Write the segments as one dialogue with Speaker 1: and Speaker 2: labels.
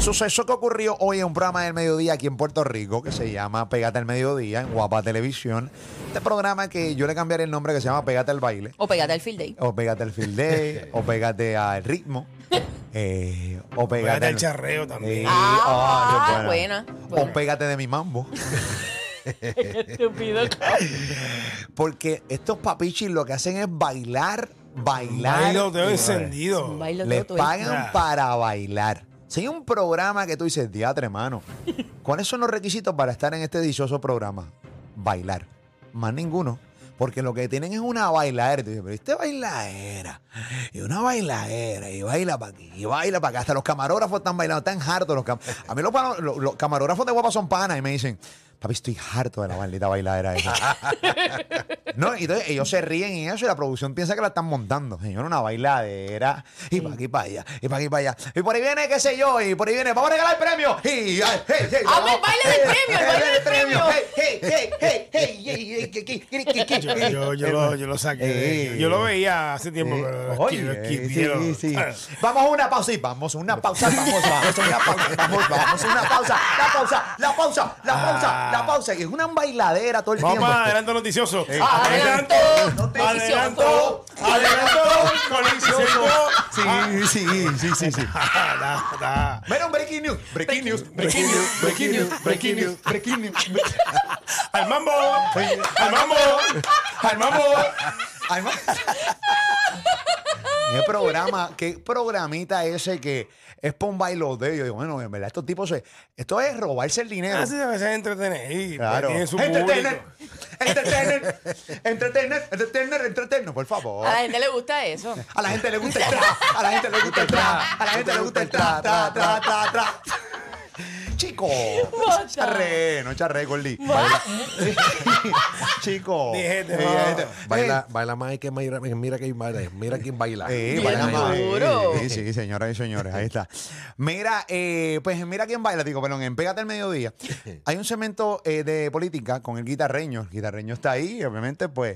Speaker 1: Suceso que ocurrió hoy en un programa del mediodía aquí en Puerto Rico que se llama Pégate al Mediodía en Guapa Televisión. Este programa que yo le cambiaré el nombre que se llama Pégate al Baile,
Speaker 2: O pégate al field day.
Speaker 1: o Pégate al Field Day, o Pégate al Ritmo, eh, o Pégate,
Speaker 3: Pégate al
Speaker 1: eh,
Speaker 3: charreo también.
Speaker 1: Sí,
Speaker 2: Ah,
Speaker 1: ah, qué
Speaker 2: buena, buena.
Speaker 1: O Pégate de mi mambo.
Speaker 2: Estúpido.
Speaker 1: Porque estos papichis lo que hacen es bailar, bailar.
Speaker 3: Bailoteo
Speaker 1: y-
Speaker 3: encendido.
Speaker 1: Les pagan
Speaker 3: Ya.
Speaker 1: para bailar. Si hay un programa que tú dices, diatre, hermano, ¿cuáles son los requisitos para estar en este dichoso programa? Bailar. Más ninguno. Porque lo que tienen es una bailadera. Y tú dices, pero este bailadera. Y una bailadera. Y baila para aquí. Y baila para acá. Hasta los camarógrafos están bailando. Están hartos los cam- A mí los, pano- los- los camarógrafos de guapa son panas. Y me dicen, papi, estoy harto de la maldita bailadera esa. No, y entonces ellos se ríen y eso, y la producción piensa que la están montando. Señor, una bailadera. Y para aquí, para allá, y para aquí, para allá. Y por ahí viene, qué sé yo, y por ahí viene, vamos a regalar el premio. Y, ay, hey, hey,
Speaker 2: Habla el
Speaker 1: vamos.
Speaker 2: baile del
Speaker 1: Hey,
Speaker 2: premio, Ah, pues, el
Speaker 1: hey, Hey,
Speaker 2: baile del premio.
Speaker 1: hey, hey, hey, hey, hey, hey, hey, hey, hey, hey, hey,
Speaker 3: Yo,
Speaker 1: hey.
Speaker 3: yo, yo lo, yo lo saqué. de-
Speaker 1: Eh.
Speaker 3: yo lo veía hace tiempo, pero Ah.
Speaker 1: Eh,
Speaker 3: lo esquivé, lo
Speaker 1: Oye,
Speaker 3: esquivé, lo-
Speaker 1: sí, sí, sí. Vamos a una pausa y vamos a una pausa, vamos, vamos a una pausa, vamos, vamos a una pausa, la pausa, la pausa, la pausa, la pausa. Y es una bailadera todo el
Speaker 3: Ah. Vamos
Speaker 1: tiempo.
Speaker 3: para adelanto noticioso.
Speaker 2: Adelanto, noticioso.
Speaker 3: adelanto, adelanto, noticioso.
Speaker 1: Sí, sí, sí, sí, sí.
Speaker 3: Ah, da, da.
Speaker 1: Mira un breaking news. Breaking news. Breaking news.
Speaker 3: breaking news, breaking news,
Speaker 1: Breaking news.
Speaker 3: Al mambo, al mambo, al mambo.
Speaker 1: Ay, ma- ¿Qué programa? ¿Qué programita ese que es para un bailoteo? Yo digo, bueno, en verdad, estos tipos se- Esto es robarse el dinero.
Speaker 3: Así se veces entretener. y
Speaker 1: Claro.
Speaker 3: Tiene su
Speaker 1: Entretener.
Speaker 3: público.
Speaker 1: Entretener. Entretener. Entretener. Entretener. Por favor.
Speaker 2: A la gente le gusta eso.
Speaker 1: A la gente le gusta el tra, a la gente le gusta el tra, a la gente le gusta el tra, tra, tra, tra, tra. Chico,
Speaker 2: Bota.
Speaker 1: charré, no charré, Gordy. Chico,
Speaker 3: Dijete,
Speaker 1: eh,
Speaker 3: no.
Speaker 1: eh,
Speaker 4: Baila, baila más que mira, mira que baila, mira quién baila.
Speaker 1: eh,
Speaker 2: Bien
Speaker 1: baila más.
Speaker 2: duro.
Speaker 1: Sí, sí, señoras y señores, ahí está. Mira, eh, pues mira quién baila, digo, perdón, en Pégate al Mediodía. Hay un cemento eh, de política con el guitarreño. El guitarreño está ahí, obviamente, pues.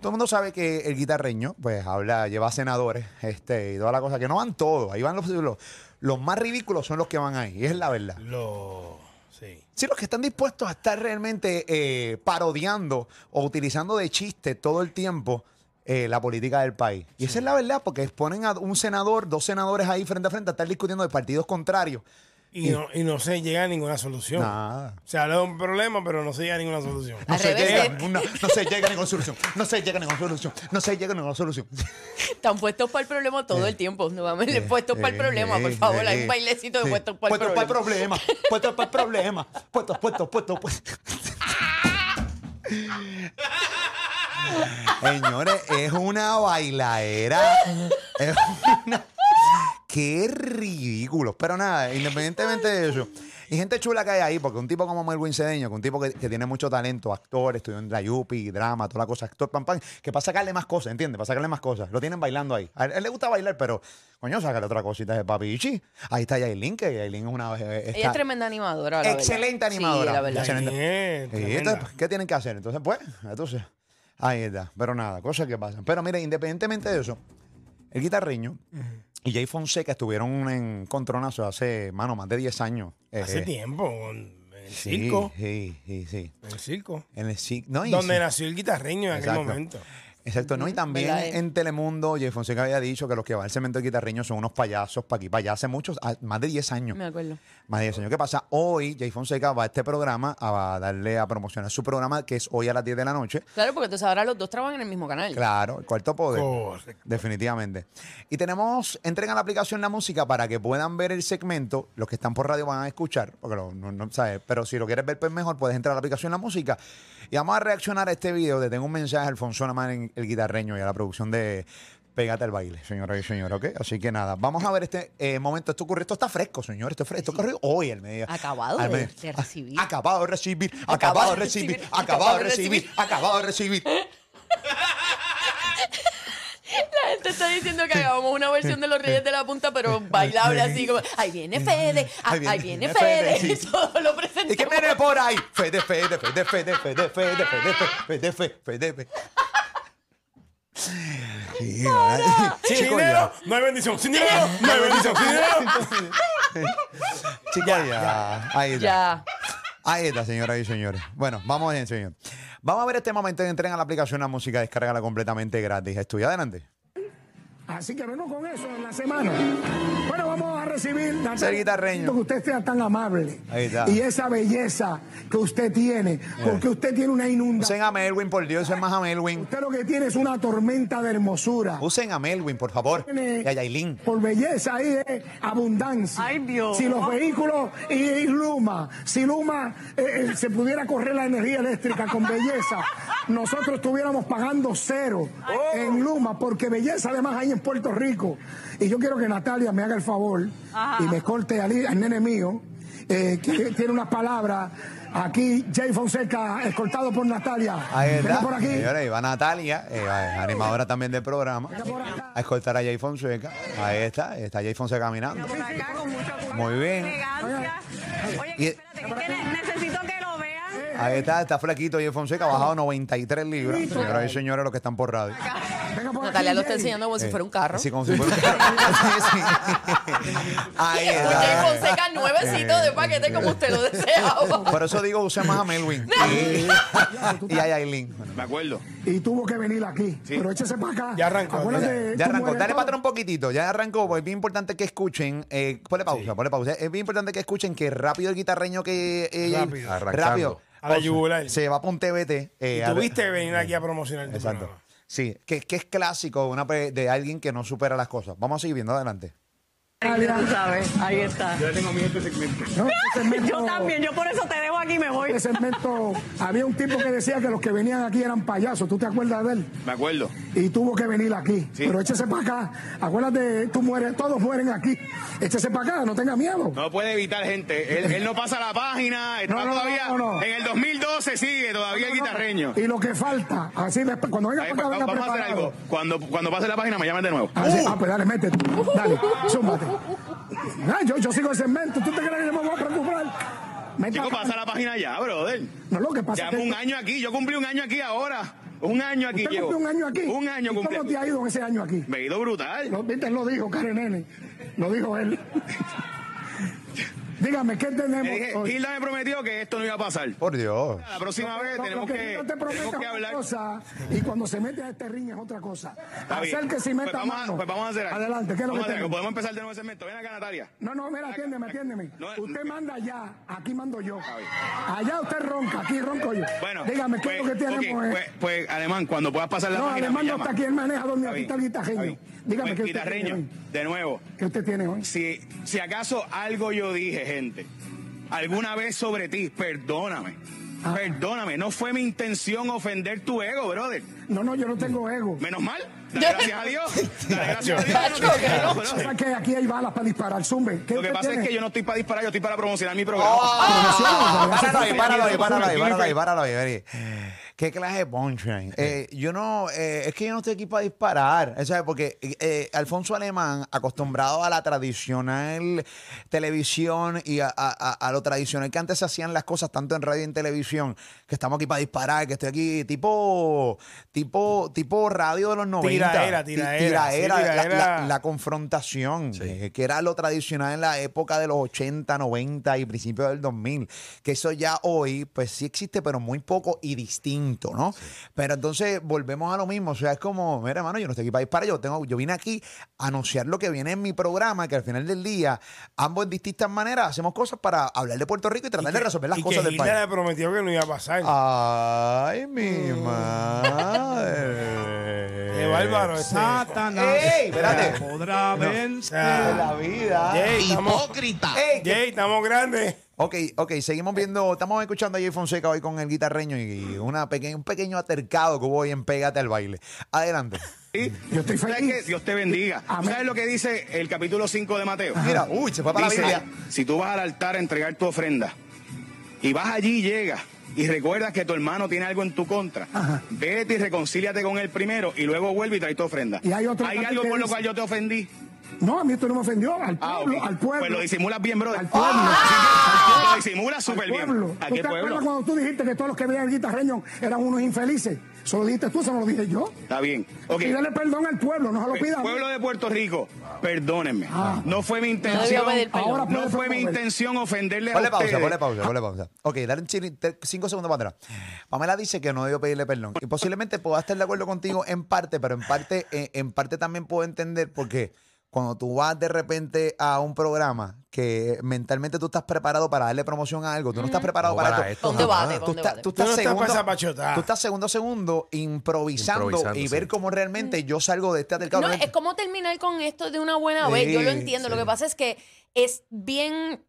Speaker 1: Todo el mundo sabe que el guitarreño, pues, habla, lleva senadores, este, y toda la cosa, que no van todos. Ahí van los, los, los más ridículos son los que van ahí, es la verdad.
Speaker 3: Lo. Sí.
Speaker 1: Sí, los que están dispuestos a estar realmente eh, parodiando o utilizando de chiste todo el tiempo eh, la política del país. Y esa es la verdad, porque ponen a un senador, dos senadores ahí frente a frente a estar discutiendo de partidos contrarios.
Speaker 3: Y no, y no se llega a ninguna solución.
Speaker 1: Eh. Nada. Ah,
Speaker 3: Se habla de un problema, pero no se llega a ninguna solución.
Speaker 1: No
Speaker 2: Al
Speaker 1: se,
Speaker 2: revés eh.
Speaker 1: llega,
Speaker 2: de-
Speaker 1: a ninguna- no se llega a ninguna solución. No se llega a ninguna solución. No se llega a ninguna solución.
Speaker 2: Están puestos para el problema todo el tiempo. No vamos, puestos
Speaker 1: Eh,
Speaker 2: para el problema, por favor. Hay un bailecito de puestos para el
Speaker 1: Puestos para el
Speaker 2: problema.
Speaker 1: problema. Puestos para el problema. Puestos, puestos, puestos, puestos. Señores, es una bailadera. Es una... Qué ridículo. Pero nada, independientemente de eso. Y gente chula que hay ahí, porque un tipo como Melwin Cedeño, que un tipo que, que tiene mucho talento, actor, estudió en la Yupi, drama, toda la cosa, actor, pam, pam, que para sacarle más cosas, ¿entiendes? Para sacarle más cosas. Lo tienen bailando ahí. A él, a él le gusta bailar, pero, coño, sácale otra cosita de papichi. Ahí está Yailin, que Yailin es una... eh,
Speaker 2: Ella es
Speaker 1: está-
Speaker 2: tremenda animadora. la verdad.
Speaker 1: Excelente
Speaker 2: Sí,
Speaker 1: animadora.
Speaker 2: la verdad.
Speaker 1: Excelente.
Speaker 3: Bien,
Speaker 1: Y
Speaker 3: tremenda.
Speaker 1: entonces, ¿Qué tienen que hacer? Entonces, pues, entonces, ahí está. Pero nada, cosas que pasan. Pero mire, independientemente de eso, el guitarreño y Jay Fonseca estuvieron en Contronazo hace, mano, más de 10 años. Eh,
Speaker 3: Hace
Speaker 1: eh,
Speaker 3: tiempo, en el
Speaker 1: sí,
Speaker 3: circo.
Speaker 1: Sí, sí, sí.
Speaker 3: En el circo.
Speaker 1: En el circo. No, y
Speaker 3: Donde
Speaker 1: sí.
Speaker 3: nació el guitarreño en
Speaker 1: Exacto.
Speaker 3: aquel momento.
Speaker 1: Exacto, ¿no? Y también
Speaker 2: ¿verdad, eh?
Speaker 1: en Telemundo, Jay Fonseca había dicho que los que van al cemento de guitarreño son unos payasos para aquí, para allá, hace muchos, a- más de 10 años.
Speaker 2: Me acuerdo.
Speaker 1: Más de 10 años. ¿Qué pasa? Hoy Jay Fonseca va a este programa a darle a promocionar su programa, que es hoy a las 10 de la noche.
Speaker 2: Claro, porque entonces ahora los dos trabajan en el mismo canal.
Speaker 1: Claro, el cuarto poder.
Speaker 3: Correcto.
Speaker 1: Definitivamente. Y tenemos, entren a la aplicación la música para que puedan ver el segmento. Los que están por radio van a escuchar, porque lo- no, no sabes. Pero si lo quieres ver pues mejor, puedes entrar a la aplicación la música. Y vamos a reaccionar a este video. Te tengo un mensaje a Alfonso Namán, el guitarreño, y a la producción de Pégate al baile, señora y señor, ¿ok? Así que nada, vamos a ver este eh, momento. Esto ocurrió, esto está fresco, señor. Esto, es fre- esto ocurrió hoy al mediodía.
Speaker 2: Acabado
Speaker 1: Al
Speaker 2: de-
Speaker 1: mediodía.
Speaker 2: de recibir.
Speaker 1: Ah, Acabado de recibir, acabado de recibir, acabado de recibir, acabado de recibir.
Speaker 2: La gente está diciendo que hagamos una versión de los Reyes de la Punta, pero bailable así como, ahí viene Fede, ah, ahí viene, Fede,
Speaker 1: sí.
Speaker 2: y todo lo
Speaker 1: ¿Y qué
Speaker 2: presentamos.
Speaker 1: viene por ahí? Fede, Fede, Fede, Fede, Fede, Fede, Fede, Fede, Fede, Fede, Fede. Sí, ¿verdad?
Speaker 3: Sin
Speaker 1: Chico, ya.
Speaker 3: dinero no hay bendición. Sin dinero no hay bendición. Sin dinero.
Speaker 1: Chica, ya. Ahí está.
Speaker 2: Ya.
Speaker 1: Ahí está, señoras y señores. Bueno, vamos bien, señor. Vamos a ver este momento. Entren a la aplicación La Música, descárgala completamente gratis. Estudia adelante.
Speaker 5: Así que vengo con eso en la semana. Bueno, vamos a recibir.
Speaker 1: Ser guitarreño.
Speaker 5: Porque usted sea tan amable.
Speaker 1: Ahí está. Eh.
Speaker 5: Y esa belleza que usted tiene. Porque usted tiene una inundación.
Speaker 1: Usen a Melwin, por Dios, usen más a Melwin.
Speaker 5: Usted lo que tiene es una tormenta de hermosura.
Speaker 1: Usen a Melwin, por favor.
Speaker 5: Tiene-
Speaker 1: Y a Yailin.
Speaker 5: Por belleza ahí es abundancia.
Speaker 2: Ay, Dios.
Speaker 5: Si los vehículos y, y Luma, si Luma eh, eh, se pudiera correr la energía eléctrica con belleza, nosotros estuviéramos pagando cero en Luma, porque belleza además hay en Puerto Rico. Y yo quiero que Natalia me haga el favor y me corte al, al nene mío, eh, que tiene unas palabras. Aquí Jay Fonseca, escoltado por Natalia.
Speaker 1: Ahí
Speaker 5: Venga
Speaker 1: está.
Speaker 5: por aquí.
Speaker 1: Señores, ahí va Natalia, eh, va- animadora también del programa. A escoltar a Jay Fonseca. Ahí está, está Jay Fonseca caminando.
Speaker 6: Por acá con mucho gusto.
Speaker 1: Muy bien.
Speaker 6: Elegancia. Oye,
Speaker 1: Y-
Speaker 6: espérate, que tiene- necesito que lo vean.
Speaker 1: Ahí está, está flaquito Jay Fonseca, ha bajado 93 libras. Señoras y señores, los que están por radio.
Speaker 5: Venga por
Speaker 2: Natalia
Speaker 5: aquí,
Speaker 2: lo está
Speaker 5: Jay.
Speaker 2: enseñando como si
Speaker 1: Eh,
Speaker 2: fuera un carro.
Speaker 1: Sí, como si fuera un carro. Sí, sí. Ahí
Speaker 2: Con Jay
Speaker 1: está.
Speaker 2: Fonseca nuevecito de paquete como usted lo deseaba.
Speaker 1: Por eso digo, use más a Melwin. Y, y a Yailin.
Speaker 7: Me acuerdo.
Speaker 5: y tuvo que venir aquí. Pero échese para acá.
Speaker 3: Ya arrancó,
Speaker 5: Acuérdate,
Speaker 1: Ya
Speaker 5: tú
Speaker 1: arrancó.
Speaker 5: mueres
Speaker 1: Dale
Speaker 5: todo.
Speaker 1: patrón un poquitito. Ya arrancó. pues Es bien importante que escuchen. Eh, ponle pausa, ponle pausa. Es bien importante que escuchen que rápido el guitarreño que. eh,
Speaker 3: Rápido.
Speaker 4: Arrancando.
Speaker 1: Rápido.
Speaker 3: A la yugular.
Speaker 1: Se va para un TBT. eh, a-
Speaker 3: Tuviste que venir aquí a promocionar tu
Speaker 1: Exacto.
Speaker 3: programa.
Speaker 1: Sí, que, que es clásico una, pe- de alguien que no supera las cosas. Vamos a seguir viendo adelante.
Speaker 6: Ahí tú sabes, ahí está.
Speaker 7: este
Speaker 5: No, ese segmento-
Speaker 6: Yo también, yo por eso te dejo aquí y me voy.
Speaker 5: ese segmento, había un tipo que decía que los que venían aquí eran payasos. ¿Tú te acuerdas de él?
Speaker 7: Me acuerdo.
Speaker 5: Y tuvo que venir aquí. Pero échese para acá. Acuérdate, tú mueres, todos mueren aquí. Échese para acá, no tenga miedo.
Speaker 7: No puede evitar, gente. Él, él no pasa la página. Está
Speaker 5: No, no,
Speaker 7: todavía.
Speaker 5: no, no, no.
Speaker 7: En el 2012 sigue todavía el guitarreño.
Speaker 5: Y lo que falta, así después- cuando venga
Speaker 7: Ahí,
Speaker 5: para
Speaker 7: pues,
Speaker 5: acá, venga
Speaker 7: vamos a hacer
Speaker 5: preparado.
Speaker 7: algo. Uh. Cuando, cuando pase la página, me llaman de nuevo.
Speaker 5: Así- ah, pues dale, métete.
Speaker 6: Uh.
Speaker 5: Dale, súmate. Ah, yo, yo sigo el segmento. ¿Tú te crees que yo me voy a preocupar? Ven
Speaker 7: Chico,
Speaker 5: para acá.
Speaker 7: pasa la página ya, brother.
Speaker 5: No, lo que pasa es
Speaker 7: Llevamos
Speaker 5: que-
Speaker 7: un año aquí. Yo cumplí un año aquí ahora. Un año aquí
Speaker 5: ¿Usted
Speaker 7: llevo.
Speaker 5: cumplió un año aquí?
Speaker 7: Un año
Speaker 5: ¿Y
Speaker 7: cumplí.
Speaker 5: ¿Cómo te ha ido en ese año aquí?
Speaker 7: Me he ido brutal.
Speaker 5: Lo, viste, él lo dijo Karen Nene. Lo dijo él. Dígame, ¿qué tenemos
Speaker 7: Le dije,
Speaker 5: hoy?
Speaker 7: Eh, Hilda me prometió que esto no iba a pasar.
Speaker 1: Por Dios.
Speaker 7: La próxima vez
Speaker 5: Lo-
Speaker 7: tenemos
Speaker 5: lo
Speaker 7: que,
Speaker 5: yo te
Speaker 7: tenemos
Speaker 5: prometo
Speaker 7: que
Speaker 5: es una
Speaker 7: hablar.
Speaker 5: cosa y cuando se mete a este ring es otra cosa.
Speaker 7: Está bien.
Speaker 5: Hacer que se meta
Speaker 7: pues vamos, a-
Speaker 5: mano.
Speaker 7: pues vamos a hacer algo.
Speaker 5: Adelante, ¿qué es lo que
Speaker 7: Vamos a hacer algo.
Speaker 5: tenemos?
Speaker 7: Podemos empezar de nuevo el segmento. Ven acá, Natalia.
Speaker 5: No, no, mira, atiéndeme, atiéndeme.
Speaker 7: No,
Speaker 5: usted
Speaker 7: no.
Speaker 5: manda allá, aquí mando yo.
Speaker 7: bien.
Speaker 5: Allá usted ronca, aquí ronco yo.
Speaker 7: Bueno,
Speaker 5: Dígame, ¿qué es lo que
Speaker 7: pues,
Speaker 5: tenemos?
Speaker 7: ok,
Speaker 5: eh?
Speaker 7: pues, pues, Alemán, cuando puedas pasar la
Speaker 5: no,
Speaker 7: página.
Speaker 5: además
Speaker 7: me
Speaker 5: no
Speaker 7: llama.
Speaker 5: está aquí el maneja donde
Speaker 7: Está
Speaker 5: aquí está el
Speaker 7: bien,
Speaker 5: guitarreño.
Speaker 7: está bien.
Speaker 5: Dígame,
Speaker 7: Pues,
Speaker 5: ¿qué usted tiene
Speaker 7: guitarreño,
Speaker 5: hoy?
Speaker 7: de nuevo.
Speaker 5: ¿Qué usted tiene hoy?
Speaker 7: Si, si acaso algo yo dije, gente, alguna vez sobre ti, perdóname.
Speaker 5: Ah.
Speaker 7: Perdóname, no fue mi intención ofender tu ego, brother.
Speaker 5: No, no, yo no tengo ego.
Speaker 7: Menos mal. Dale gracias a Dios. Dale gracias a Dios.
Speaker 2: Macho,
Speaker 7: No te-
Speaker 2: que no.
Speaker 7: brother.
Speaker 5: Pasa que aquí hay balas para disparar, zumbe. ¿Qué
Speaker 7: Lo que
Speaker 5: usted
Speaker 7: pasa es
Speaker 5: tiene?
Speaker 7: que yo no estoy para disparar, yo estoy para promocionar mi programa.
Speaker 1: Páralo ahí, páralo ahí, páralo ahí, páralo ahí, páralo ahí, vení. Qué clase de punchline. Eh, yo no, eh, es que yo no estoy aquí para disparar, eh, ¿sabes? Porque eh, eh, Alfonso Alemán, acostumbrado a la tradicional televisión y a, a- a- a lo tradicional que antes se hacían las cosas tanto en radio y en televisión, que estamos aquí para disparar, que estoy aquí tipo, tipo, tipo radio de los 90.
Speaker 3: Tiraera,
Speaker 1: Ti-
Speaker 3: tiraera, sí,
Speaker 1: tiraera, la- la-
Speaker 3: tiraera.
Speaker 1: la confrontación, eh, que era lo tradicional en la época de los 80, 90 y principios del 2000, que eso ya hoy, pues sí existe, pero muy poco y distinto, ¿no? Pero entonces volvemos a lo mismo, o sea, es como, mira, hermano, yo no estoy aquí para disparar, yo, tengo, yo vine aquí a anunciar lo que viene en mi programa, que al final del día, ambos en distintas maneras hacemos cosas para hablar de Puerto Rico y tratar de resolver las
Speaker 3: y
Speaker 1: cosas
Speaker 3: que
Speaker 1: del
Speaker 3: Hilda
Speaker 1: país. Ah,
Speaker 3: le prometió que no iba a pasar.
Speaker 1: Ay, mi madre.
Speaker 3: Mm. Qué bárbaro.
Speaker 1: eh,
Speaker 3: este.
Speaker 1: ¡Ey! Espérate.
Speaker 8: podrá
Speaker 3: O sea,
Speaker 1: La vida.
Speaker 3: Jay, estamos,
Speaker 1: Ey,
Speaker 3: Jay, estamos grandes.
Speaker 1: Ok, ok, seguimos viendo, estamos escuchando a Jay Fonseca hoy con el guitarreño y una peque- un pequeño atercado que hubo hoy en Pégate al Baile. Adelante.
Speaker 7: Sí.
Speaker 5: Yo estoy
Speaker 7: ¿Sabes
Speaker 5: feliz.
Speaker 7: qué? Dios te bendiga.
Speaker 5: Amén.
Speaker 7: ¿Sabes lo que dice el capítulo 5 de Mateo?
Speaker 1: Mira, uy, se fue para
Speaker 7: Dice,
Speaker 1: la Biblia.
Speaker 7: si tú vas al altar a entregar tu ofrenda y vas allí y llegas y recuerdas que tu hermano tiene algo en tu contra, vete y reconcíliate con él primero y luego vuelve y trae tu ofrenda.
Speaker 5: Y hay otro papi
Speaker 7: algo
Speaker 5: que
Speaker 7: por lo
Speaker 5: dice-
Speaker 7: cual yo te ofendí.
Speaker 5: No, a mí esto no me ofendió. Al pueblo,
Speaker 7: Ah, ok.
Speaker 5: al pueblo.
Speaker 7: Pues lo disimulas bien, brother.
Speaker 5: Al pueblo.
Speaker 7: lo disimulas
Speaker 5: Al
Speaker 7: súper bien.
Speaker 5: pueblo.
Speaker 7: ¿A
Speaker 5: ¿Tú
Speaker 7: qué
Speaker 5: te acuerdas
Speaker 7: pueblo?
Speaker 5: cuando tú dijiste que todos los que veían el guitarreño eran unos infelices? Eso lo dijiste tú, eso no lo dije yo.
Speaker 7: Está bien. Ok.
Speaker 5: Pídele perdón al pueblo, no se lo pidan.
Speaker 7: Pueblo de Puerto Rico, perdónenme.
Speaker 5: Ah.
Speaker 7: No fue mi
Speaker 2: debió
Speaker 7: intención.
Speaker 2: pedir perdón.
Speaker 5: Ahora
Speaker 7: no
Speaker 5: puedes
Speaker 7: fue mi
Speaker 5: responder.
Speaker 7: intención ofenderle a
Speaker 1: Ponle pausa,
Speaker 7: ustedes.
Speaker 1: ponle pausa, ponle pausa. Ok, dale un chiri- te- cinco segundos para atrás. Pamela dice que no debió pedirle perdón. Y posiblemente pueda estar de acuerdo contigo en parte, pero en parte, eh, en parte también puedo entender porque cuando tú vas de repente a un programa que mentalmente tú estás preparado para darle promoción a algo, tú no estás preparado
Speaker 4: No,
Speaker 1: para,
Speaker 4: para
Speaker 1: esto.
Speaker 4: esto
Speaker 2: Ponte
Speaker 4: jamás.
Speaker 2: bate,
Speaker 1: Tú
Speaker 2: ponte
Speaker 1: estás,
Speaker 2: bate.
Speaker 1: tú estás
Speaker 3: Tú no estás
Speaker 1: segundo,
Speaker 3: pa' esa pachotada.
Speaker 1: tú estás segundo a segundo improvisando,
Speaker 4: Improvisando,
Speaker 1: y
Speaker 4: sí.
Speaker 1: ver cómo realmente yo salgo de este altercado.
Speaker 2: No, es como terminar con esto de una buena vez. Yo lo
Speaker 1: Sí,
Speaker 2: entiendo. Lo
Speaker 1: sí. Mm.
Speaker 2: que pasa es que es bien.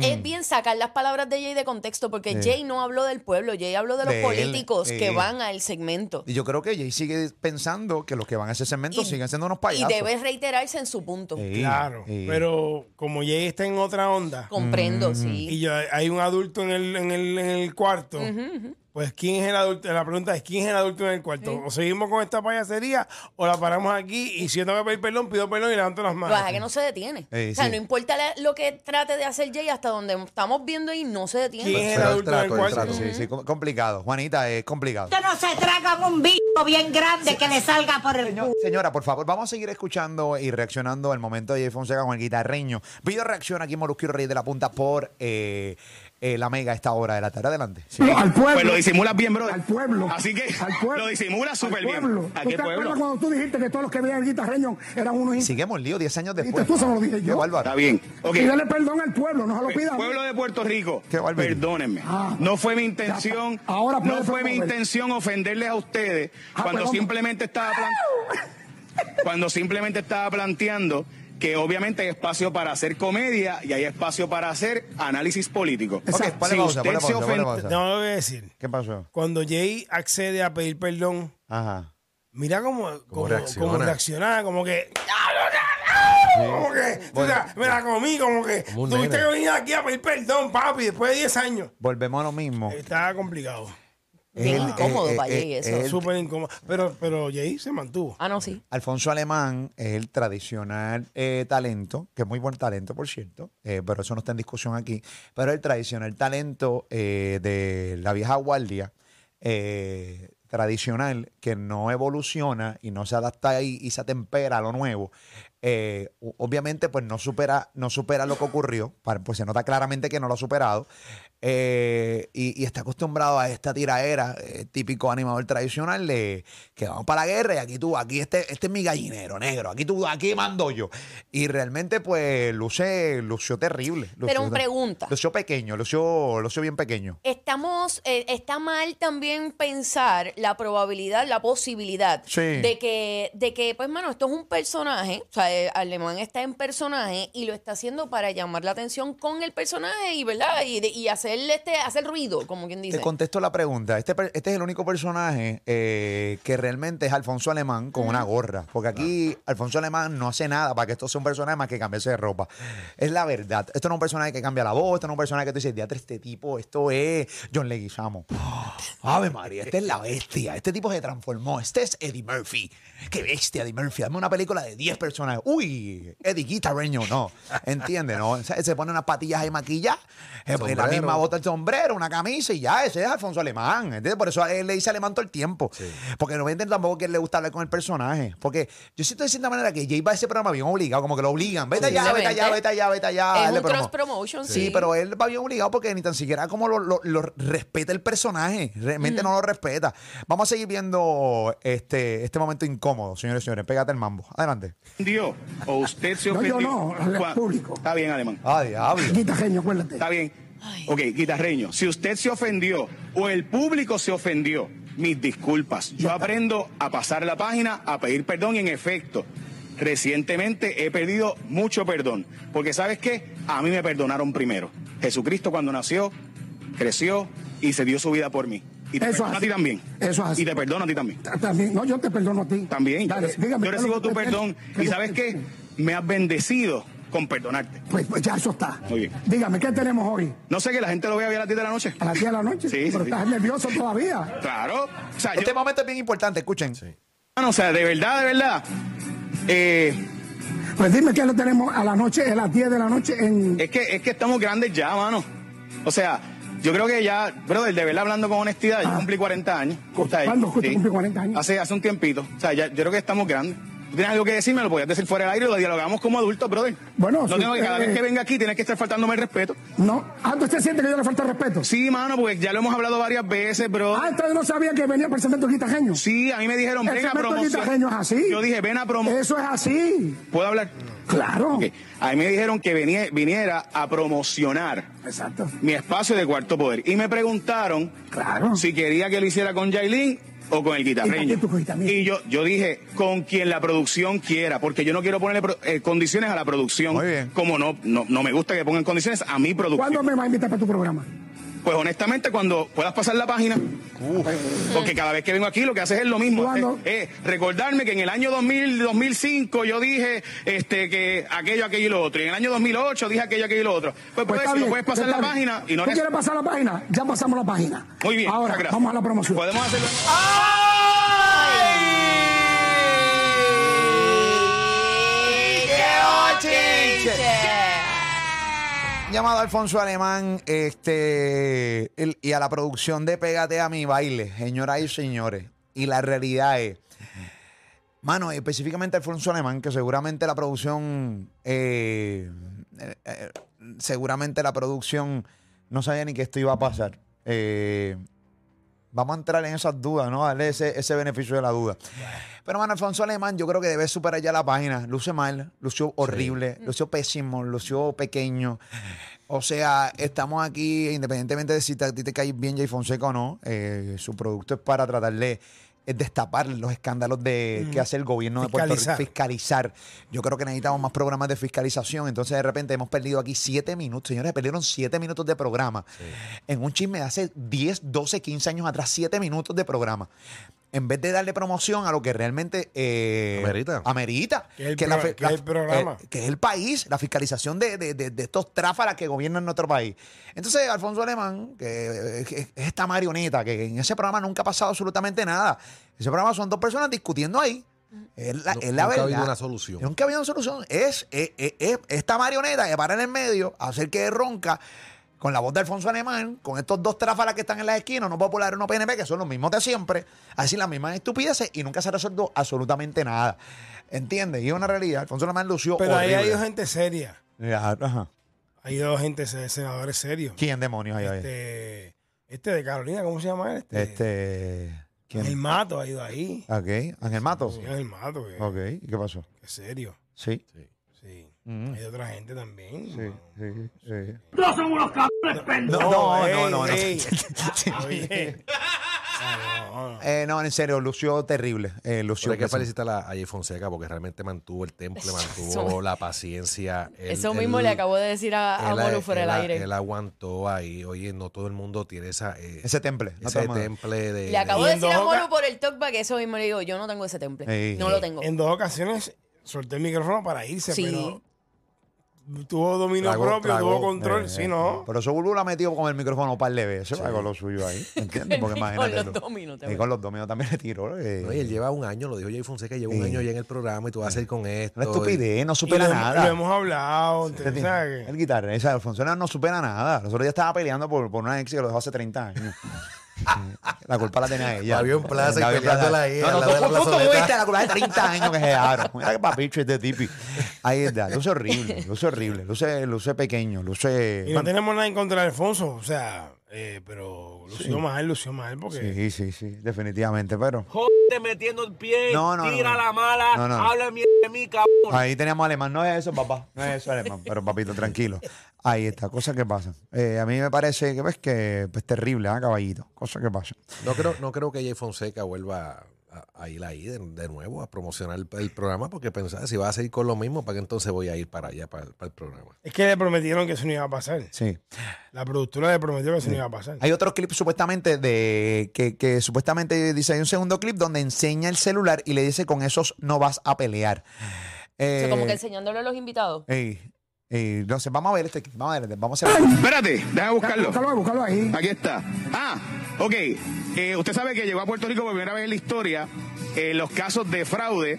Speaker 2: Es bien sacar las palabras de Jay de contexto, porque
Speaker 1: Sí.
Speaker 2: Jay no habló del pueblo, Jay habló de los
Speaker 1: De él,
Speaker 2: políticos que
Speaker 1: sí.
Speaker 2: van al segmento.
Speaker 1: Y yo creo que Jay sigue pensando que los que van a ese segmento
Speaker 2: Y-
Speaker 1: siguen siendo unos
Speaker 2: Y
Speaker 1: payasos.
Speaker 2: debe reiterarse en su punto.
Speaker 1: Sí,
Speaker 3: Claro.
Speaker 1: sí.
Speaker 3: Pero como Jay está en otra onda
Speaker 2: Comprendo,
Speaker 1: Mm.
Speaker 2: sí.
Speaker 3: y yo- hay un adulto en el, en el, en el cuarto, pues ¿quién es el adulto? La pregunta es: ¿quién es el adulto en el cuarto? ¿O seguimos con esta payasería o la paramos aquí? Y si yo tengo que pedir perdón, pido perdón y levanto las
Speaker 2: Lo que
Speaker 3: manos.
Speaker 2: pasa es que no se detiene.
Speaker 1: Sí,
Speaker 2: o sea,
Speaker 1: Eh, sí.
Speaker 2: no importa la- lo que trate de hacer Jay, hasta donde estamos viendo y no se
Speaker 3: ¿Quién
Speaker 2: detiene.
Speaker 3: es el
Speaker 4: Pero el
Speaker 3: adulto en
Speaker 4: trato,
Speaker 3: el
Speaker 4: el
Speaker 3: cuarto?
Speaker 4: trato.
Speaker 1: Sí, sí, com- complicado. Juanita, es complicado.
Speaker 8: Usted no se traga un bicho bien grande que le salga por el culo.
Speaker 1: Señora, por favor, vamos a seguir escuchando y reaccionando al momento de Jay Fonseca con el guitarreño. Video reacción aquí en Molusquio Rey de la Punta por eh, eh, la mega a esta hora de la tarde. Adelante.
Speaker 5: No, al pueblo.
Speaker 7: Pues lo disimulas bien, bro.
Speaker 5: Al pueblo.
Speaker 7: Así que
Speaker 5: Al pueblo.
Speaker 7: lo
Speaker 5: Al
Speaker 7: disimulas súper
Speaker 5: pueblo.
Speaker 7: bien. ¿A
Speaker 5: ¿Tú
Speaker 7: qué
Speaker 5: te acuerdas
Speaker 7: pueblo?
Speaker 5: cuando tú dijiste que todos los que veían el guitarreño eran unos in-
Speaker 1: Seguimos lío 10 años
Speaker 5: Dijiste
Speaker 1: después.
Speaker 5: tú, eso no lo dije
Speaker 1: Qué
Speaker 5: yo.
Speaker 1: bárbaro.
Speaker 7: Está bien. Ok.
Speaker 5: Pídele perdón al pueblo, no se lo pidan.
Speaker 7: Pueblo de Puerto Rico,
Speaker 1: Qué barbaridad.
Speaker 7: perdónenme.
Speaker 5: Ah.
Speaker 7: no fue mi intención,
Speaker 5: Ya está. Ahora
Speaker 7: no
Speaker 5: puedes
Speaker 7: fue mi
Speaker 5: responder.
Speaker 7: intención ofenderles a ustedes
Speaker 5: Ah,
Speaker 7: cuando
Speaker 5: perdón.
Speaker 7: simplemente estaba plan- cuando simplemente estaba planteando que obviamente hay espacio para hacer comedia y hay espacio para hacer análisis político.
Speaker 1: Ok,
Speaker 5: Exacto.
Speaker 1: ponle
Speaker 7: Si
Speaker 1: pausa,
Speaker 7: usted
Speaker 1: ponle
Speaker 7: se
Speaker 1: pausa, ponle
Speaker 7: ofende-
Speaker 1: pausa.
Speaker 3: Tengo algo que decir.
Speaker 1: ¿Qué pasó?
Speaker 3: Cuando Jay accede a pedir perdón,
Speaker 1: Ajá.
Speaker 3: Mira cómo, cómo,
Speaker 4: reacciona.
Speaker 3: cómo reacciona, como que. Como que. tú
Speaker 1: Bueno.
Speaker 3: sabes, me la comí, como que.
Speaker 4: Como un
Speaker 3: tuviste
Speaker 4: nene.
Speaker 3: que venir aquí a pedir perdón, papi, después de 10 años.
Speaker 1: Volvemos a lo mismo.
Speaker 3: Estaba complicado.
Speaker 2: Bien
Speaker 1: el-
Speaker 2: incómodo
Speaker 1: eh,
Speaker 2: para
Speaker 1: eh,
Speaker 2: Jay
Speaker 1: eh,
Speaker 2: eso.
Speaker 1: El-
Speaker 3: Súper incómodo. Pero, pero Jay se mantuvo.
Speaker 2: ah, no, sí.
Speaker 1: Alfonso Alemán es el tradicional eh, talento, que es muy buen talento, por cierto, eh, pero eso no está en discusión aquí, pero el tradicional talento eh, de la vieja guardia, eh, tradicional, que no evoluciona y no se adapta y, y se atempera a lo nuevo. Eh, o- obviamente, pues no supera, no supera lo que ocurrió, para- pues se nota claramente que no lo ha superado, eh, y, y está acostumbrado a esta tiraera, eh, típico animador tradicional de que vamos para la guerra y aquí tú, aquí este, este es mi gallinero negro, aquí tú, aquí mando yo. Y realmente, pues, luce, lució terrible.
Speaker 2: Pero
Speaker 1: lució-
Speaker 2: un pregunta.
Speaker 1: Lució pequeño, lució, lució bien pequeño.
Speaker 2: Estamos, eh, está mal también pensar la probabilidad, la posibilidad
Speaker 1: Sí.
Speaker 2: de que, de que, pues, mano, esto es un personaje, o sea, eh, Alemán está en personaje y lo está haciendo para llamar la atención con el personaje y, ¿verdad? Y, de- y hacerle este, hacer ruido, como quien dice.
Speaker 1: Te contesto la pregunta. Este, per- este es el único personaje eh, que realmente es Alfonso Alemán con una gorra. Porque aquí Alfonso Alemán no hace nada para que esto sea un personaje más que cambiarse de ropa. Es la verdad. Esto no es un personaje que cambia la voz, esto no es un personaje que tú dices, diatre, este tipo, esto es John Leguizamo. Ave María, esta es la bestia. Este tipo se transformó. Este es Eddie Murphy. Qué bestia, Eddie Murphy. Dame una película de 10 personajes. Uy, Eddie Guitarreño, no. ¿Entiendes? No? O sea, Se pone unas patillas de maquillaje, eh, pues, la
Speaker 4: Sombrero.
Speaker 1: misma bota el sombrero, una camisa y ya. Ese es Alfonso Alemán. ¿entiendes? Por eso a él le dice alemán todo el tiempo. Porque no venden tampoco que él le gusta hablar con el personaje. Porque yo siento de cierta manera que Jay va a ese programa bien obligado, como que lo obligan. Vete allá, vete allá, vete allá, vete allá.
Speaker 2: Es
Speaker 1: Ah, dale
Speaker 2: un
Speaker 1: promo.
Speaker 2: cross promotion, sí.
Speaker 1: Sí, pero él va bien obligado porque ni tan siquiera como lo, lo- lo respeta el personaje. Realmente no lo respeta. Vamos a seguir viendo este, este momento incómodo, señores y señores. Pégate el mambo. Adelante.
Speaker 7: ofendió o usted se
Speaker 5: No, yo
Speaker 7: ofendió.
Speaker 5: no, el
Speaker 7: Juan-
Speaker 5: público.
Speaker 7: Está bien, Alemán.
Speaker 1: Ah, diablo.
Speaker 5: Guitarreño, acuérdate.
Speaker 7: Está bien. Ok, guitarreño, si usted se ofendió o el público se ofendió, mis disculpas. Yo aprendo a pasar la página, a pedir perdón y en efecto, recientemente he perdido mucho perdón. Porque ¿sabes qué? A mí me perdonaron primero. Jesucristo cuando nació, creció y se dio su vida por mí. Y te
Speaker 5: Eso es
Speaker 7: perdono a
Speaker 5: así.
Speaker 7: ti también.
Speaker 5: Eso es así.
Speaker 7: Y te perdono a ti también.
Speaker 5: También, no, yo te perdono a ti.
Speaker 7: También.
Speaker 5: Dale,
Speaker 7: yo,
Speaker 5: dígame,
Speaker 7: yo
Speaker 5: ¿qué es
Speaker 7: recibo
Speaker 5: lo que
Speaker 7: tu
Speaker 5: usted
Speaker 7: perdón.
Speaker 5: tiene?
Speaker 7: ¿Y sabes qué? Me has bendecido con perdonarte.
Speaker 5: Pues, pues ya eso está.
Speaker 7: Muy bien.
Speaker 5: Dígame, ¿qué tenemos hoy?
Speaker 7: No sé que la gente lo vea bien a las 10 de la noche.
Speaker 5: ¿A las 10 de la noche?
Speaker 7: Sí, sí,
Speaker 5: Pero
Speaker 7: sí.
Speaker 5: estás nervioso todavía.
Speaker 7: Claro. O sea, yo-
Speaker 1: Este momento es bien importante, escuchen.
Speaker 7: Mano, o sea, de verdad, de verdad. Eh,
Speaker 5: Pues dime qué le tenemos a la noche, a las 10 de la noche en...
Speaker 7: es, que, es que estamos grandes ya, mano. O sea, Yo creo que ya, brother, de verdad hablando con honestidad, yo cumplí 40 años. O sea,
Speaker 5: ¿Cuándo justo cumplí 40 años?
Speaker 7: Hace, hace un tiempito. O sea, ya, yo creo que estamos grandes. Tú tienes algo que decirme, lo podías decir fuera del aire, lo dialogamos como adultos, brother.
Speaker 5: Bueno,
Speaker 7: no
Speaker 5: sí,
Speaker 7: tengo que, cada
Speaker 5: eh,
Speaker 7: vez que venga aquí tienes que estar faltándome el respeto.
Speaker 5: No. Ah, ¿usted siente que yo le falta respeto?
Speaker 7: Sí, mano, porque ya lo hemos hablado varias veces, brother.
Speaker 5: Ah, entonces no sabía que venía para el cemento quitajeño.
Speaker 7: Sí, a mí me dijeron,
Speaker 5: el
Speaker 7: ven a
Speaker 5: cemento quitajeño es
Speaker 7: promocionar.
Speaker 5: así.
Speaker 7: Yo dije, ven a promocionar.
Speaker 5: Eso es así.
Speaker 7: ¿Puedo hablar?
Speaker 5: Claro.
Speaker 7: Ok. A mí me dijeron que venía- viniera a promocionar
Speaker 5: Exacto.
Speaker 7: mi espacio de cuarto poder. Y me preguntaron
Speaker 5: Claro.
Speaker 7: si quería que lo hiciera con Jailin o con
Speaker 5: Ah.
Speaker 7: el
Speaker 5: ¿Y
Speaker 7: guitarreño.
Speaker 5: con quién tú cogiste a mí?
Speaker 7: Y yo, yo dije, con quien la producción quiera, porque yo no quiero ponerle pro- eh, condiciones a la producción.
Speaker 1: Muy bien.
Speaker 7: Como no, no, no me gusta que pongan condiciones a mi producción.
Speaker 5: ¿Cuándo me va a invitar para tu programa?
Speaker 7: Pues honestamente, cuando puedas pasar la página, porque cada vez que vengo aquí lo que haces es lo mismo.
Speaker 5: ¿Cuándo?
Speaker 7: Eh, eh, recordarme que en el año 2000, 2005 yo dije este, que aquello, aquello y lo otro. Y en el año 2008 dije aquello, aquello y lo otro. Pues, puedes,
Speaker 5: está
Speaker 7: si no
Speaker 5: bien,
Speaker 7: puedes pasar
Speaker 5: está
Speaker 7: la
Speaker 5: bien.
Speaker 7: página y no
Speaker 5: ¿Tú quieres pasar la página? Ya pasamos la página.
Speaker 7: Muy bien.
Speaker 5: Ahora,
Speaker 7: muchas gracias.
Speaker 5: vamos a la promoción.
Speaker 7: Podemos hacerlo.
Speaker 1: Llamado a Alfonso Alemán este, el- y a la producción de Pégate a mi baile, señoras y señores. Y la realidad es, mano, específicamente Alfonso Alemán, que seguramente la producción, eh, eh, eh, seguramente la producción no sabía ni que esto iba a pasar. Eh, vamos a entrar en esas dudas, ¿no? Darle ese, ese beneficio de la duda. Pero, mano, Alfonso Alemán, yo creo que debe superar ya la página. Luce mal, lució horrible, lució pésimo, lució pequeño. O sea, estamos aquí, independientemente de si te- a ti te cae bien Jay Fonseca o no, eh, su producto es para tratar de eh, destapar los escándalos de que hace el gobierno de Puerto
Speaker 3: Fiscalizar.
Speaker 1: Rico fiscalizar. Yo creo que necesitamos más programas de fiscalización. Entonces, de repente, hemos perdido aquí siete minutos. Señores, perdieron siete minutos de programa. En un chisme de hace 10, 12, 15 años atrás, siete minutos de programa. En vez de darle promoción a lo que realmente eh,
Speaker 4: Amerita.
Speaker 1: amerita,
Speaker 3: Que es el
Speaker 1: la
Speaker 3: pro-
Speaker 1: fe-
Speaker 3: que es el programa.
Speaker 1: eh, que es el país, la fiscalización de, de- de- de estos tráfalas que gobiernan nuestro país. Entonces, Alfonso Alemán, que eh, que es esta marioneta, que en ese programa nunca ha pasado absolutamente nada. Ese programa son dos personas discutiendo ahí. Es la,
Speaker 4: No-
Speaker 1: es la
Speaker 4: nunca ha
Speaker 1: verdad.
Speaker 4: habido una solución.
Speaker 1: Nunca ha habido una solución. Es, es- es- es esta marioneta que para en el medio, hacer que ronca con la voz de Alfonso Alemán, con estos dos tráfalas que están en las esquinas, no popular, uno PNP, que son los mismos de siempre, a decir las mismas estupideces y nunca se resolvió absolutamente nada. ¿Entiendes? Y es una realidad. Alfonso Alemán lució
Speaker 3: Pero ahí
Speaker 1: horrible.
Speaker 3: hay gente seria.
Speaker 1: Ya, ajá.
Speaker 3: Hay dos gente, se- senadores serios.
Speaker 1: ¿Quién demonios hay ahí? Este.
Speaker 3: Este, este de Carolina, ¿cómo se llama él? Este,
Speaker 1: Este, ¿Quién?
Speaker 3: El Mato ha ido ahí.
Speaker 1: Ok. Ángel Mato.
Speaker 3: Sí, el Mato, que,
Speaker 1: Ok. ¿Y qué pasó?
Speaker 3: que es serio.
Speaker 1: Sí.
Speaker 3: Sí.
Speaker 1: Mm.
Speaker 3: Hay otra gente también.
Speaker 1: Sí, sí, sí.
Speaker 3: No,
Speaker 1: no, no, no, no.
Speaker 3: Oye. No, no.
Speaker 1: Eh, no, en serio, lució terrible. Eh, lució
Speaker 4: Pero hay que
Speaker 1: pésimo.
Speaker 4: felicitar a, a Jay Fonseca porque realmente mantuvo el temple,
Speaker 2: Eso-
Speaker 4: mantuvo la paciencia. Él-
Speaker 2: Eso
Speaker 4: él-
Speaker 2: mismo le acabo de decir a, a
Speaker 4: él-
Speaker 2: Moru fuera
Speaker 4: él-
Speaker 2: del aire.
Speaker 4: Él aguantó ahí. Oye, no todo el mundo tiene esa, eh,
Speaker 1: Ese temple. No
Speaker 4: ese
Speaker 1: te lo mando.
Speaker 4: temple de.
Speaker 2: le acabo
Speaker 3: Y
Speaker 2: de
Speaker 3: en
Speaker 2: decir a
Speaker 3: dos oca-
Speaker 2: Moru por el talkback que eso mismo le digo, yo no tengo ese temple.
Speaker 1: Ey.
Speaker 2: No lo tengo.
Speaker 3: En dos ocasiones solté el micrófono para irse,
Speaker 2: Sí.
Speaker 3: pero tuvo dominio
Speaker 4: Tragó,
Speaker 3: propio,
Speaker 4: tragó.
Speaker 3: tuvo control.
Speaker 1: Eh,
Speaker 3: sí, ¿no?
Speaker 1: Pero eso Bulbu la ha metido con el micrófono un par de veces. hago lo suyo ahí. ¿Entiendes? Porque
Speaker 2: Y con
Speaker 1: imagínate.
Speaker 2: los pues.
Speaker 1: lo-
Speaker 2: dominos
Speaker 1: Y
Speaker 2: también.
Speaker 1: con los dominos también le tiró. eh.
Speaker 4: No, y él lleva un año, lo dijo Jay Fonseca, lleva un
Speaker 1: Sí.
Speaker 4: año ya en el programa y tú vas a hacer con esto.
Speaker 1: Una estupidez, no
Speaker 3: Y
Speaker 1: supera
Speaker 3: lo, hem-
Speaker 1: nada.
Speaker 3: lo hemos hablado.
Speaker 1: Usted
Speaker 3: ¿entendés?
Speaker 1: tiene-
Speaker 3: ¿Sabes
Speaker 1: El
Speaker 3: qué?
Speaker 1: guitarra, esa Alfonso Alemán no supera nada. Nosotros ya estaba peleando por, por una ex que lo dejó hace 30 años. la culpa la tenía ella.
Speaker 4: Había un plaza y
Speaker 1: La- la-
Speaker 4: peleándola ahí,
Speaker 1: No,
Speaker 4: al
Speaker 1: no,
Speaker 4: lado de
Speaker 1: tú-
Speaker 4: la
Speaker 1: tú
Speaker 4: plazoleta.
Speaker 1: tuviste la culpa de 30 años que se dejaron. Mira qué papicho este tipi. Ahí está, luce horrible, luce horrible, luce, luce pequeño, luce...
Speaker 3: Y no tenemos nada en contra de Alfonso, o sea, eh, pero lució mal, lució mal, porque...
Speaker 1: Sí, sí, sí, definitivamente, pero...
Speaker 9: Jódete metiendo el pie,
Speaker 1: No, no,
Speaker 9: tira
Speaker 1: no.
Speaker 9: la mala,
Speaker 1: No, no.
Speaker 9: habla mierda de mí, cabrón.
Speaker 1: Ahí teníamos alemán, no es eso, papá, no es eso alemán, pero papito, tranquilo. Ahí está, cosas que pasan. Eh, a mí me parece que ves que pues, terrible, ¿ah, caballito, cosas que pasan.
Speaker 4: No creo, no creo que Jay Fonseca vuelva a, a ir ahí de, de nuevo a promocionar el, el programa porque pensaba, si va a seguir con lo mismo, ¿para qué entonces voy a ir para allá, para, para el programa?
Speaker 3: Es que le prometieron que eso no iba a pasar.
Speaker 1: Sí.
Speaker 3: La productora le prometió que eso no iba a pasar.
Speaker 1: Hay otro clip supuestamente de que, que supuestamente dice, hay un segundo clip donde enseña el celular y le dice, con esos no vas a pelear.
Speaker 2: O sea,
Speaker 1: Eh,
Speaker 2: como que enseñándole a los invitados.
Speaker 1: ey, ey, no sé, vamos a ver este clip, vamos a ver, vamos a ver.
Speaker 7: Espérate, déjame buscarlo.
Speaker 5: Búscalo, ahí, búscalo ahí.
Speaker 7: Aquí está. Ah, ok. Eh, usted sabe que llegó a Puerto Rico por primera vez en la historia eh, los casos de fraude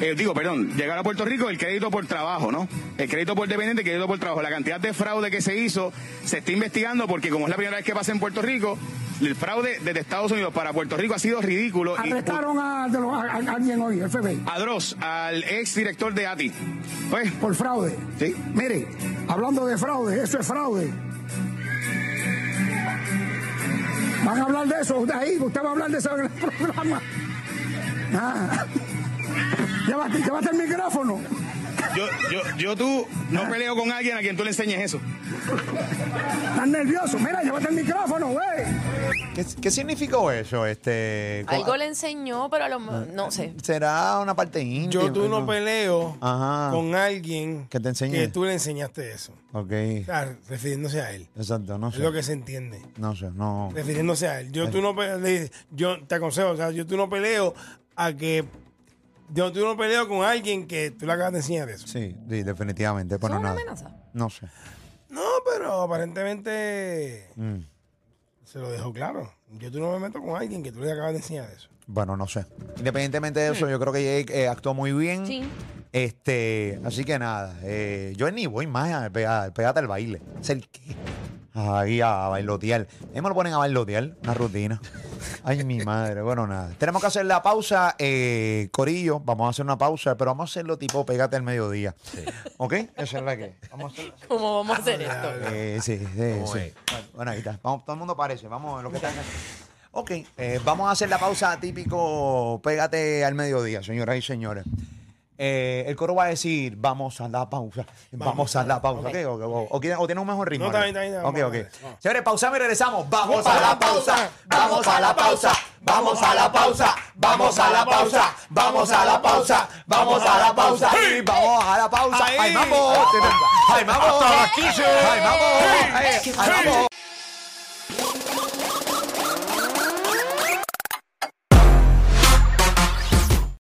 Speaker 7: eh, digo, perdón, llegar a Puerto Rico el crédito por trabajo, ¿no? El crédito por dependiente, el crédito por trabajo. La cantidad de fraude que se hizo se está investigando porque como es la primera vez que pasa en Puerto Rico, el fraude desde Estados Unidos para Puerto Rico ha sido ridículo. y-
Speaker 5: Arrestaron a, de los- a- a alguien hoy, FBI,
Speaker 7: a Dross, al ex director de ATI. Pues,
Speaker 5: por fraude.
Speaker 7: sí.
Speaker 5: Mire, hablando de fraude, eso es fraude. Van a hablar de eso, de ahí, usted va a hablar de eso en el programa. Ah. Llévate, llévate el micrófono.
Speaker 7: Yo, yo, yo tú no peleo con alguien a quien tú le enseñes eso.
Speaker 5: Estás nervioso. Mira, llévate el micrófono, güey.
Speaker 1: ¿Qué, qué significó eso? Este,
Speaker 2: Algo
Speaker 1: co-
Speaker 2: le enseñó, pero a lo mejor, no sé.
Speaker 1: ¿Será una parte íntima?
Speaker 3: Yo tú no
Speaker 1: ¿no?
Speaker 3: peleo
Speaker 1: Ajá.
Speaker 3: con alguien
Speaker 1: Que te enseñe.
Speaker 3: que tú le enseñaste eso.
Speaker 1: Ok,
Speaker 3: O sea, refiriéndose a él.
Speaker 1: exacto, no
Speaker 3: Es
Speaker 1: sé.
Speaker 3: lo que se entiende.
Speaker 1: No sé, no.
Speaker 3: Refiriéndose a él. Yo tú no pe- le dice, yo te aconsejo, o sea, yo tú no peleo a que yo tú no peleo con alguien que tú le acabas de enseñar eso.
Speaker 1: Sí, sí, definitivamente. Bueno,
Speaker 2: una
Speaker 1: nada.
Speaker 2: amenaza?
Speaker 1: No sé.
Speaker 3: No, pero aparentemente
Speaker 1: Mm.
Speaker 3: se lo dejó claro. Yo tú no me meto con alguien que tú le acabas de enseñar eso.
Speaker 1: Bueno, no sé. Independientemente de eso, yo creo que Jake eh, actuó muy bien.
Speaker 2: Sí.
Speaker 1: Este, así que nada, eh, yo ni voy más a pega- pégate al baile. ¿Es el qué? Ahí a bailotear. Ahí me lo ponen a bailotear, una rutina. Ay, mi madre. Bueno, nada. Tenemos que hacer la pausa, eh, Corillo. Vamos a hacer una pausa, pero vamos a hacerlo tipo pégate al mediodía. ¿Ok? Esa es la que. Vamos a hacerlo.
Speaker 2: ¿Cómo vamos a hacer esto?
Speaker 1: Eh, sí, sí,
Speaker 4: ¿Cómo
Speaker 1: sí.
Speaker 4: es?
Speaker 1: Bueno, ahí está. Vamos, todo el mundo parece. Vamos, lo que está acá. Ok, eh, vamos a hacer la pausa típico. Pégate al mediodía, señoras y señores. Eh, el coro va a decir, vamos a la pausa, vamos, a la pausa. ¿ok? O, o- o quiere- o tiene un mejor ritmo.
Speaker 3: No, está
Speaker 1: ¿no?
Speaker 3: bien, está bien, está
Speaker 1: Ok,
Speaker 3: bien,
Speaker 1: ok.
Speaker 3: vamos, vamos.
Speaker 1: Señores, pausamos y regresamos. Vamos a la pausa, vamos a la pausa, vamos a la pausa, vamos a la pausa, vamos a la pausa, vamos a la pausa. Y vamos a la pausa.
Speaker 3: Ahí.
Speaker 1: ¡Ay, vamos! ¡Ay, vamos! ¡Ay, vamos! ¡Ay, vamos!